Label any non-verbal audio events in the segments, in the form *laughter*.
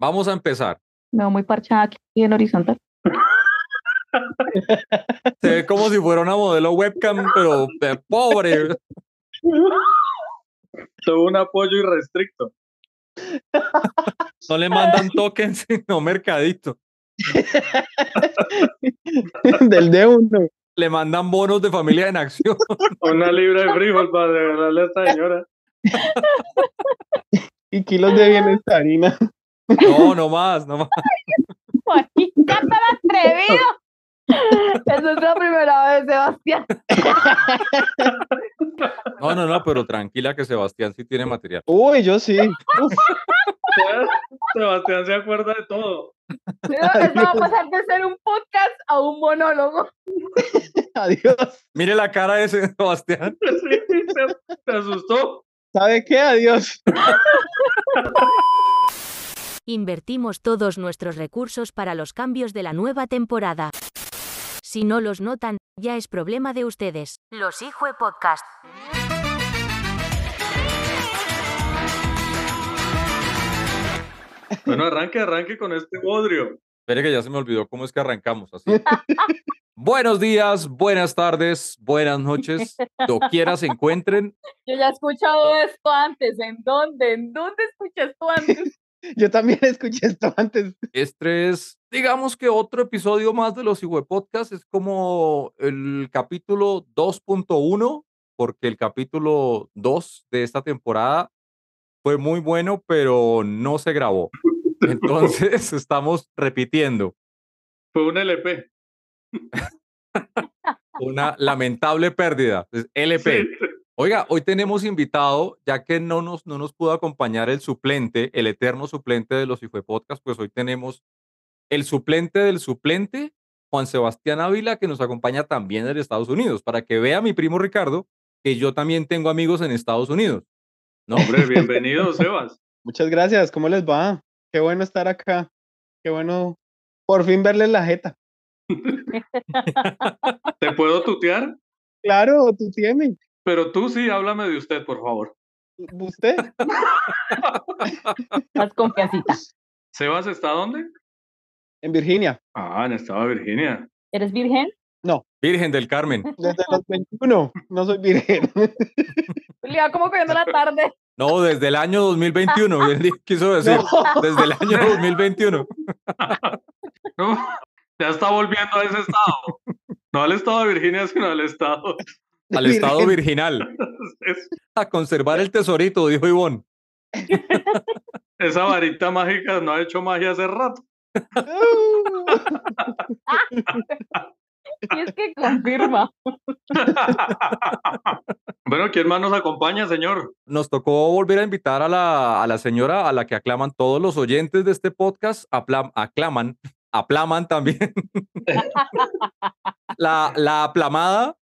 Vamos a empezar. Me veo muy parchada aquí en horizontal. Se ve como si fuera una modelo webcam, pero eh, pobre. Todo un apoyo irrestricto. No le mandan tokens, *laughs* sino mercadito. *laughs* Del de uno. Le mandan bonos de familia en acción. Una libra de frijol para regalarle a esta señora. *laughs* Y kilos de bienestarina. No, no más, no más. *laughs* ¡Ay, ¡Ya tan atrevido! *laughs* Esa es la primera vez, *laughs* Sebastián. No, no, no, pero tranquila que Sebastián sí tiene material. Uy, yo sí. Uf, Sebastián se acuerda de todo. *laughs* Eso va a pasar de ser un podcast a un monólogo. adiós. Mire la cara de ese Sebastián. Sí, se, se asustó. ¿Sabe qué? Adiós. Invertimos todos nuestros recursos para los cambios de la nueva temporada. Si no los notan, ya es problema de ustedes. Los Hijue Podcast. Bueno, arranque, arranque con este bodrio. Espere que ya se me olvidó cómo es que arrancamos así. Buenos días, buenas tardes, buenas noches. Doquiera se encuentren. Yo ya he escuchado esto antes. ¿En dónde? ¿En dónde escuché esto antes? Yo también *laughs* escuché esto antes. Este es, digamos que otro episodio más de los Higüe Podcast. Es como el capítulo 2.1, porque el capítulo 2 de esta temporada fue muy bueno, pero no se grabó. Entonces *laughs* estamos repitiendo Fue un LP. una lamentable pérdida. Es LP. Oiga, hoy tenemos invitado, ya que no nos, no nos pudo acompañar el suplente, el eterno suplente de los fue Podcast, pues hoy tenemos el suplente del suplente, Juan Sebastián Ávila, que nos acompaña también en Estados Unidos, para que vea mi primo Ricardo, que yo también tengo amigos en Estados Unidos. ¿no? *laughs* Hombre, bienvenido, Sebas. Muchas gracias. ¿Cómo les va? Qué bueno estar acá. Qué bueno por fin verles la jeta. ¿Te puedo tutear? Claro, tú tienes. Pero tú sí, háblame de usted, por favor. ¿Usted? *laughs* Más confiancita. ¿Sebas está dónde? En Virginia. Ah, en Estado de Virginia. ¿Eres virgen? Virgen del Carmen. Desde los 21. No soy virgen. Julia, ¿cómo cogiendo la tarde? No, desde el año 2021, él di- quiso decir. Desde el año 2021. No, ya está volviendo a ese estado. No al estado de Virginia, sino al estado. Al estado virginal. Es- A conservar el tesorito, dijo Ivonne. esa varita mágica no ha hecho magia hace rato. virgen. *laughs* Y es que confirma. *laughs* Bueno, ¿quién más nos acompaña, señor? Nos tocó volver a invitar a la, a la señora a la que aclaman todos los oyentes de este podcast. apla- aclaman, *laughs* aplaman también. *laughs* la, la aplamada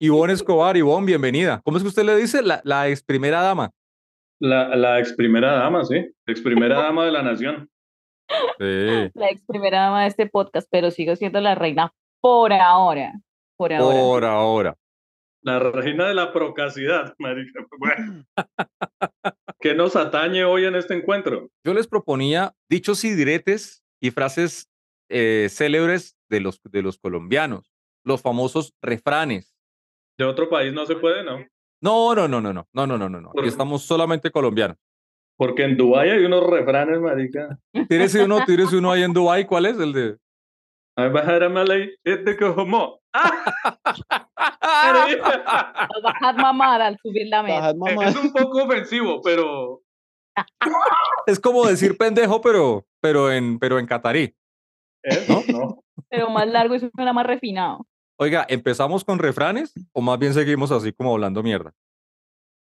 Ivonne Escobar. Ivonne, bienvenida. ¿Cómo es que usted le dice? La, la ex primera dama. La, la ex primera dama, sí. Ex primera dama de la nación. Sí. La ex primera dama de este podcast, pero sigo siendo la reina por ahora. Por *laughs* ahora. Por ahora. La reina de la procacidad, *laughs* marica. Bueno. ¿Qué nos atañe hoy en este encuentro? Yo les proponía dichos y diretes y frases eh, célebres de los, de los colombianos, los famosos refranes. De otro país no se puede, ¿no? No, no, no, no, no, no, no, no, no, no. Aquí estamos solamente colombianos. Porque en Dubái hay unos refranes, marica. Tírese uno, tírese uno ahí en Dubái. ¿Cuál es el de? Ay, bajar a Malay, es de Cojomo. ¡Ah! marica! Nos bajad mamada al subir la *laughs* mesa. Bajad, mamá. *laughs* Es un poco ofensivo, pero *laughs* Es como decir pendejo, pero, pero en, pero en catarí. ¿eh? ¿No? no. Pero más largo y suena más refinado. Oiga, ¿empezamos con refranes o más bien seguimos así como hablando mierda?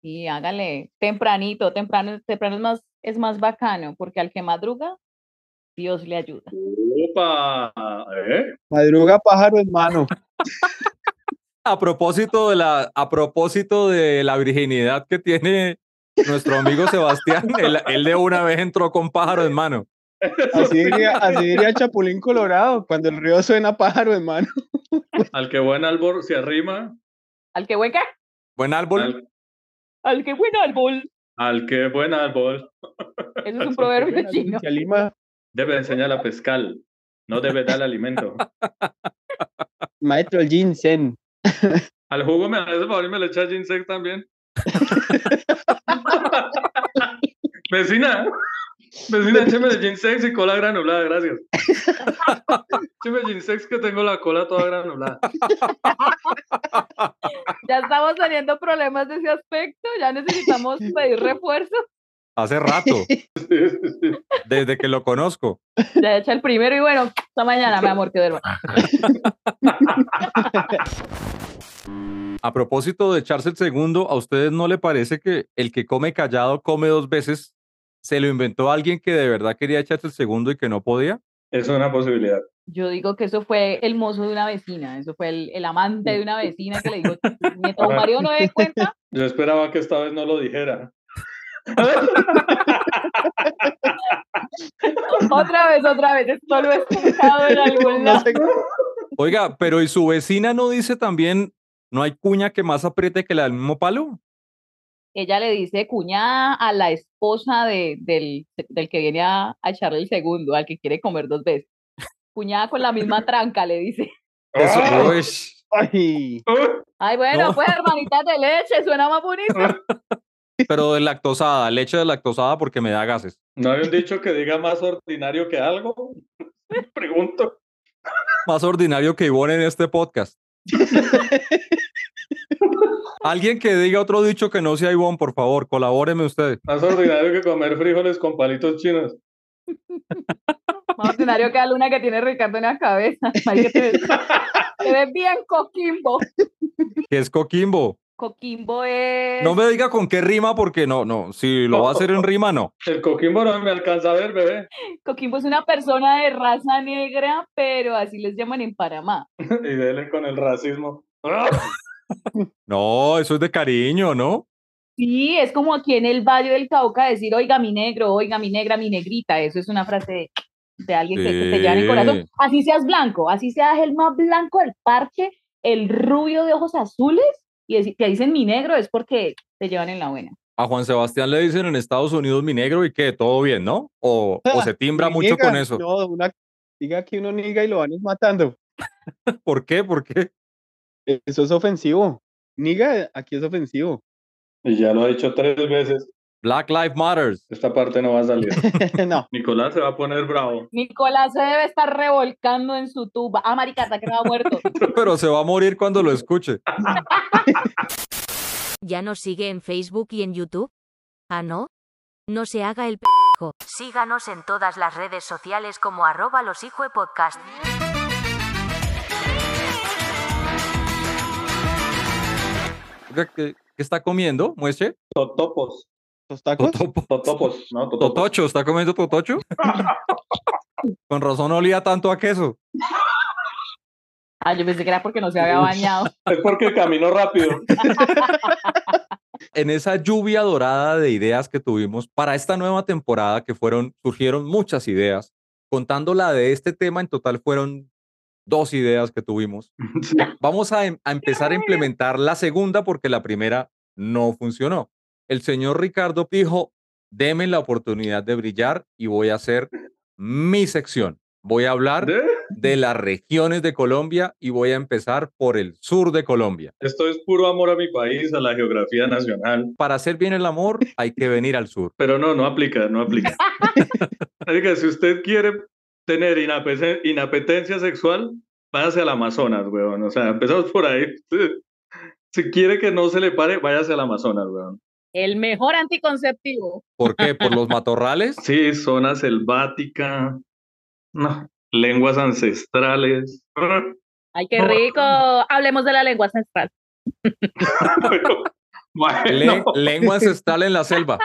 Y hágale tempranito, temprano, temprano es más, es más bacano, porque al que madruga, Dios le ayuda. Opa, ¿eh? Madruga pájaro en mano. A propósito de la, a propósito de la virginidad que tiene nuestro amigo Sebastián, él, él de una vez entró con pájaro en mano. ¿Ah, Así diría, así diría Chapulín Colorado. Cuando el río suena pájaro en mano. *laughs* Al que buen albor se arrima, Al que buen qué? Buen árbol. al, Al que buen árbol. al que buen árbol. *laughs* Eso es un proverbio chino. Se alima Debe enseñar a pescar, no debe dar alimento. Maestro Ginseng. Al jugo me hace favor y me le echa ginseng también. *laughs* vecina, vecina, écheme de ginseng y cola granulada, gracias. écheme ginseng que tengo la cola toda granulada. Ya estamos teniendo problemas de ese aspecto, ya necesitamos pedir refuerzo. Hace rato, desde que lo conozco. Ya echa el primero y bueno, hasta mañana, mi amor, que duerma. A propósito de echarse el segundo, ¿a ustedes no le parece que el que come callado come dos veces se lo inventó alguien que de verdad quería echarse el segundo y que no podía? Es una posibilidad. Yo digo que eso fue el mozo de una vecina, eso fue el, el amante de una vecina que le dijo, mi marido no dé cuenta. Yo esperaba que esta vez no lo dijera. Otra vez, otra vez, esto lo he escuchado en algún No lado. sé, Oiga, pero ¿y su vecina no dice también, no hay cuña que más apriete que la del mismo palo? Ella le dice cuñada a la esposa de, del, del que viene a, a echarle el segundo, al que quiere comer dos veces. Cuñada con *laughs* la misma tranca, le dice. Eso, Ah, uish. ay, ah, Ay, bueno, No. pues hermanitas de leche, suena más *laughs* bonito. pero de lactosada, leche de lactosada porque me da gases. ¿No había un dicho que diga más ordinario que algo? *laughs* Pregunto. Más ordinario que Ivonne en este podcast. Alguien que diga otro dicho que no sea Ivonne, por favor, colabóreme ustedes. Más ordinario que comer frijoles con palitos chinos. Más ordinario que la luna que tiene Ricardo en la cabeza. *laughs* Ay, que te, te ves bien coquimbo. Que es Coquimbo. Coquimbo es... No me diga con qué rima porque no, no. Si lo va a hacer en rima, no. El coquimbo no me alcanza a ver, bebé. Coquimbo es una persona de raza negra, pero así les llaman en Panamá. *laughs* Y dele con el *laughs* racismo. Ah, No, eso es de cariño, ¿no? Sí, es como aquí en el Valle del Cauca decir, oiga, mi negro, oiga, mi negra, mi negrita. Eso es una frase de, de alguien que, que te lleva en el Sí. corazón. Así seas blanco, así seas el más blanco del parque, el rubio de ojos azules, y deci- te dicen mi negro es porque te llevan en la buena. A Juan Sebastián le dicen en Estados Unidos mi negro y que todo bien, ¿no? O, o se timbra mucho niga. con eso. No, una- diga que uno niga y lo van es matando. ¿Por qué? ¿Por qué? Eso es ofensivo. Niga aquí es ofensivo. *laughs* Y ya lo he dicho tres veces. Black Lives Matters. *laughs* Esta parte no va a salir. no, *laughs* Nicolás se va a poner bravo. Nicolás se debe estar revolcando en su tuba. Ah, marica, está quedado muerto. Pero se va a morir cuando lo escuche. ¿Ya nos sigue en Facebook y en YouTube? ¿Ah, no? No se haga el p***jo. Síganos en todas las redes sociales como arroba los podcast. Oiga, ¿Qué, qué está comiendo, muestre? Totopos. los tacos. Totopo. Totopos. No, totopos. Totocho, ¿está comiendo totocho? Con razón olía tanto a queso. *laughs* Ah, yo pensé que era porque no se había bañado. Es porque caminó rápido. En esa lluvia dorada de ideas que tuvimos para esta nueva temporada, que fueron, surgieron muchas ideas. Contando la de este tema, en total fueron dos ideas que tuvimos. Sí. Vamos a, em- a empezar a implementar la segunda porque la primera no funcionó. El señor Ricardo dijo, deme la oportunidad de brillar y voy a hacer mi sección. Voy a hablar ¿De? de las regiones de Colombia y voy a empezar por el sur de Colombia. Esto es puro amor a mi país, a la geografía nacional. Para hacer bien el amor hay que venir al sur. Pero no, no aplica, no aplica. Marica, si usted quiere tener inape- inapetencia sexual, váyase al Amazonas, weón. O sea, empezamos por ahí. *laughs* Si quiere que no se le pare, váyase al Amazonas, weón. El mejor anticonceptivo. ¿Por qué? Por los matorrales. Sí, zona selvática, no, lenguas ancestrales. *laughs* Ay, qué rico. Hablemos de la lengua ancestral. Pero, *laughs* Le- bueno, Lengua ancestral en la selva.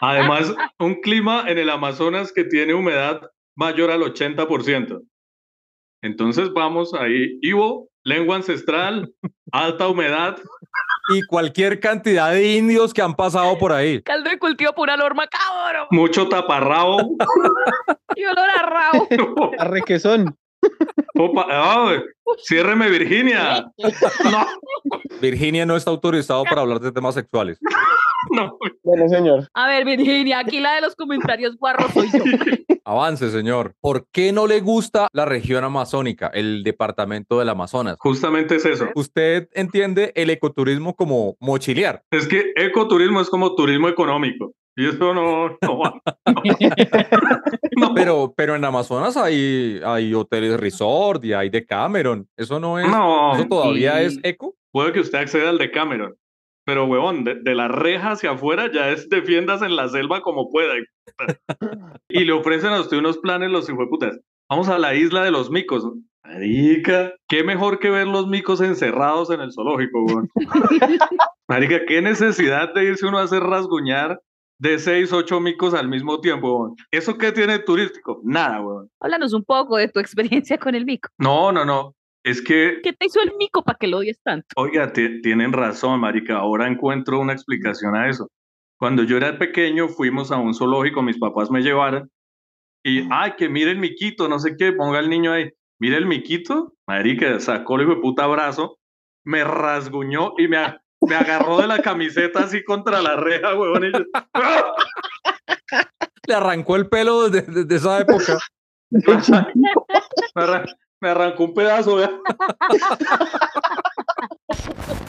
Además, un clima en el Amazonas que tiene humedad mayor al 80%. Entonces vamos ahí, Ivo, lengua ancestral, alta humedad, Y cualquier cantidad de indios que han pasado por ahí. Caldo de cultivo pura lorma, cabrón. mucho taparrabo. *laughs* Y olor a rabo. *laughs* Arre que son. Opa, ay, ciérreme Virginia. No, Virginia no está autorizado para hablar de temas sexuales. No, Bueno, señor. A ver, Virginia, aquí la de los comentarios guarros *laughs* soy yo. Avance, señor. ¿Por qué no le gusta la región amazónica, el departamento del Amazonas? justamente es eso. Usted entiende el ecoturismo como mochilear. Es que ecoturismo es como turismo económico. Y eso no, no va. No, Pero, pero en Amazonas hay, hay hoteles resort y hay Decameron. Eso no es. no. ¿Eso todavía y- es eco? Puede que usted acceda al de Cameron. Pero, huevón, de, de la reja hacia afuera ya es defiendas en la selva como pueda. hijo de puta. Y le ofrecen a usted unos planes los hijueputas. Vamos a la isla de los micos. Marica, qué mejor que ver los micos encerrados en el zoológico, huevón. Marica, qué necesidad de irse uno a hacer rasguñar de seis, ocho micos al mismo tiempo, huevón. ¿Eso qué tiene turístico? Nada, huevón. Háblanos un poco de tu experiencia con el mico. No, no, no. Es que ¿Qué te hizo el mico para que lo odies tanto? Oiga, ti- tienen razón, marica. Ahora encuentro una explicación a eso. Cuando yo era pequeño, fuimos a un zoológico, mis papás me llevaron y, ay, que mire el miquito, no sé qué, ponga el niño ahí. Mire el miquito, marica, sacó el hijo de puta brazo, me rasguñó y me, a- me agarró de la camiseta así contra la reja, huevón. y yo, *laughs* ¡ah! Le arrancó el pelo desde, desde esa época. me, arran- me arrancó un pedazo, vea. *laughs*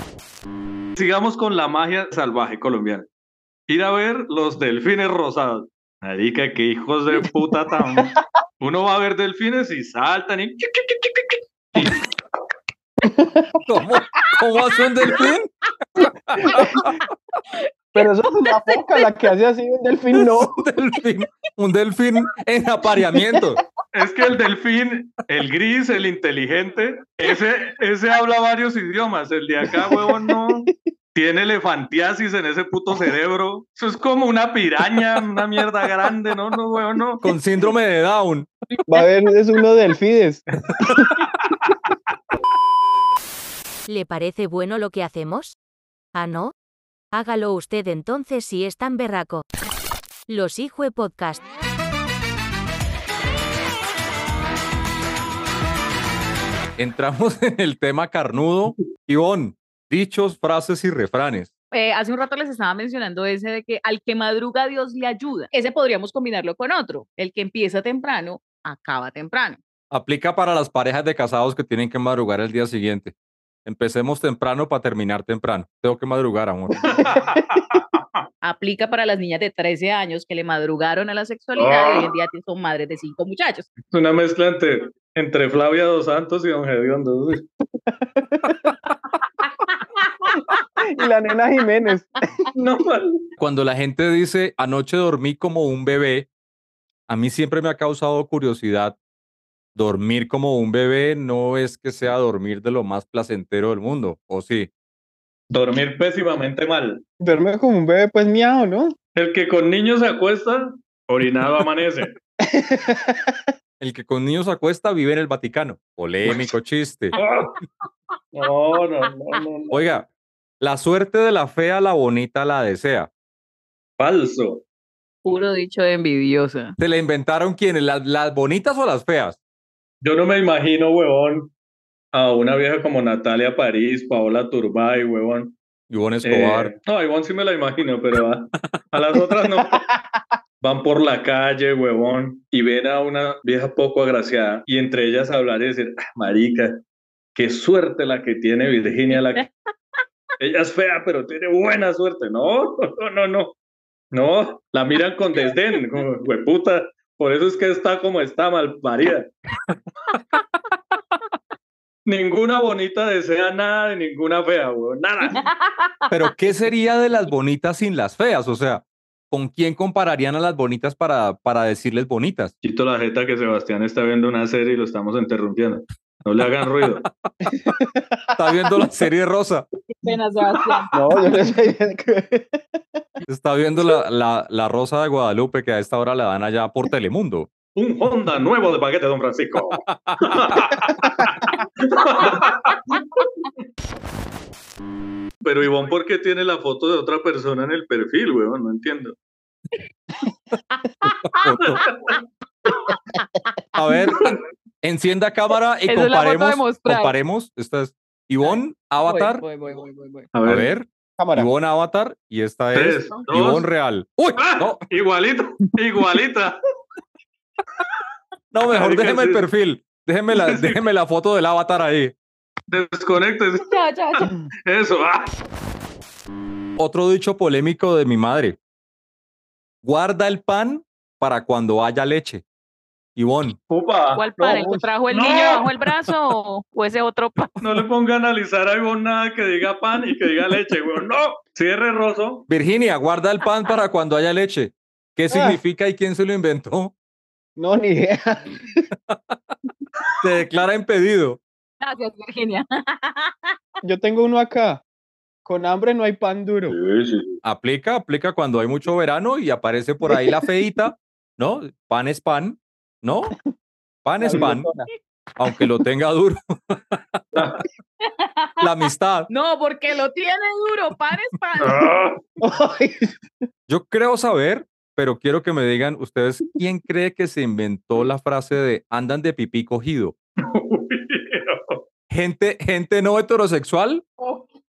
Sigamos con la magia salvaje colombiana. Ir a ver los delfines rosados. Marica, qué hijos de puta tan. Uno va a ver delfines y saltan y. ¿Cómo, cómo hace un delfín? Pero eso es *laughs* una foca la que hace así un delfín, no. Un delfín, un delfín en apareamiento. Es que el delfín, el gris, el inteligente, ese, ese habla varios idiomas. El de acá, huevón, no. Tiene elefantiasis en ese puto cerebro. Eso es como una piraña, una mierda grande, no, no, huevón, no. Con síndrome de Down. Va a haber, es uno delfides. ¿Le parece bueno lo que hacemos? ¿Ah, no? Hágalo usted entonces si es tan berraco. Los Hijue Podcast. Entramos en el tema carnudo. Ivonne, dichos, frases y refranes. Eh, hace un rato les estaba mencionando ese de que al que madruga Dios le ayuda. Ese podríamos combinarlo con otro. El que empieza temprano, acaba temprano. Aplica para las parejas de casados que tienen que madrugar el día siguiente. Empecemos temprano para terminar temprano. Tengo que madrugar, amor. Aplica para las niñas de 13 años que le madrugaron a la sexualidad y hoy en día son madres de cinco muchachos. Es una mezcla entre, entre Flavia Dos Santos y Don Gediondo. uy. Y la nena Jiménez. No, man. Cuando la gente dice, anoche dormí como un bebé, a mí siempre me ha causado curiosidad. Dormir como un bebé no es que sea dormir de lo más placentero del mundo, ¿o sí? dormir pésimamente mal. Duerme como un bebé, pues miau, ¿no? El que con niños se acuesta, orinado amanece. El que con niños acuesta vive en el Vaticano. Polémico chiste. Ah. No, no, no, no, no. Oiga, la suerte de la fea, la bonita la desea. Falso. Puro dicho de envidiosa. ¿Se la inventaron quiénes? ¿Las, las bonitas o las feas? Yo no me imagino, huevón, a una vieja como Natalia París, Paola Turbay, huevón. Ivonne Eh, Escobar. no, a Ivonne sí me la imagino, pero a, a las otras no. Van por la calle, huevón, y ven a una vieja poco agraciada y entre ellas hablar y decir, "Ah, marica, qué suerte la que tiene Virginia. La que... Ella es fea, pero tiene buena suerte. No, no, no, no. No, la miran con desdén, como, hueputa. Por eso es que está como está, mal parida. ninguna bonita desea nada de ninguna fea, huevón, nada. Pero ¿qué sería de las bonitas sin las feas? O sea, ¿con quién compararían a las bonitas para, para decirles bonitas? Quito la jeta que Sebastián está viendo una serie y lo estamos interrumpiendo. No le hagan *laughs* ruido. Está viendo la serie rosa, Pena, Sebastián. No, yo no sé. *laughs* está viendo la, la, la rosa de Guadalupe que a esta hora la dan allá por Telemundo. Un Honda nuevo de paquete, don *laughs* Francisco. Pero Ivonne, ¿por qué tiene la foto de otra persona en el perfil, weón? No entiendo. A ver, encienda cámara y Esa es la foto de comparemos. mostrar. pues, comparemos. Esta es Ivonne, Avatar. Voy, voy, voy, voy, voy, voy. A A ver, ver, Cámara. Ivonne Avatar y esta es Tres, Ivonne dos. Real. ¡Uy! ¡Ah! No, Igualito, igualita. no mejor Marica, déjeme el sí. perfil. Déjeme la, *laughs* Sí. déjeme la foto del avatar ahí. Desconectes. Chao, chao, chao. Eso. ah. Otro dicho polémico de mi madre. Guarda el pan para cuando haya leche. Ivonne. Upa. ¿Cuál pan? no, ¿El que trajo el no. niño bajo el brazo o- o ese otro pan? No le ponga a analizar a Ivonne nada que diga pan y que diga leche, güey. No. Cierre roso. Virginia, guarda el pan para cuando haya leche. ¿Qué Ah. significa y quién se lo inventó? No, ni idea. Se declara impedido. Gracias, Virginia. Yo tengo uno acá. Con hambre no hay pan duro. *laughs* Aplica, aplica cuando hay mucho verano y aparece por ahí la feita, ¿no? Pan es pan, ¿no? Pan es La pan, billetona. aunque lo tenga duro. La amistad. No, porque lo tiene duro, pan es pan. Ah. Ay, Yo creo saber, pero quiero que me digan ustedes, ¿quién cree que se inventó la frase de andan de pipí cogido? Uy, Gente, gente no heterosexual.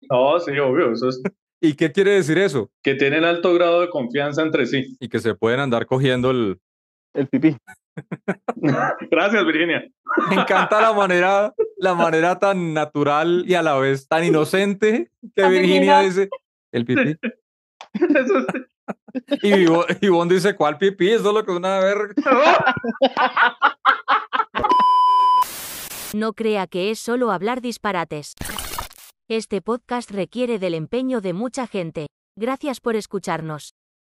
No, sí, obvio. Eso es ¿Y qué quiere decir eso? que tienen alto grado de confianza entre sí. Y que se pueden andar cogiendo el, El pipí. Gracias, Virginia. Me encanta la manera, la manera tan natural y a la vez tan inocente que Tan Virginia ingenua. dice el pipí. Eso es- Y Ivo- Ivonne dice, ¿cuál pipí? Eso es lo que es una verga. No crea que es solo hablar disparates. Este podcast requiere del empeño de mucha gente. Gracias por escucharnos.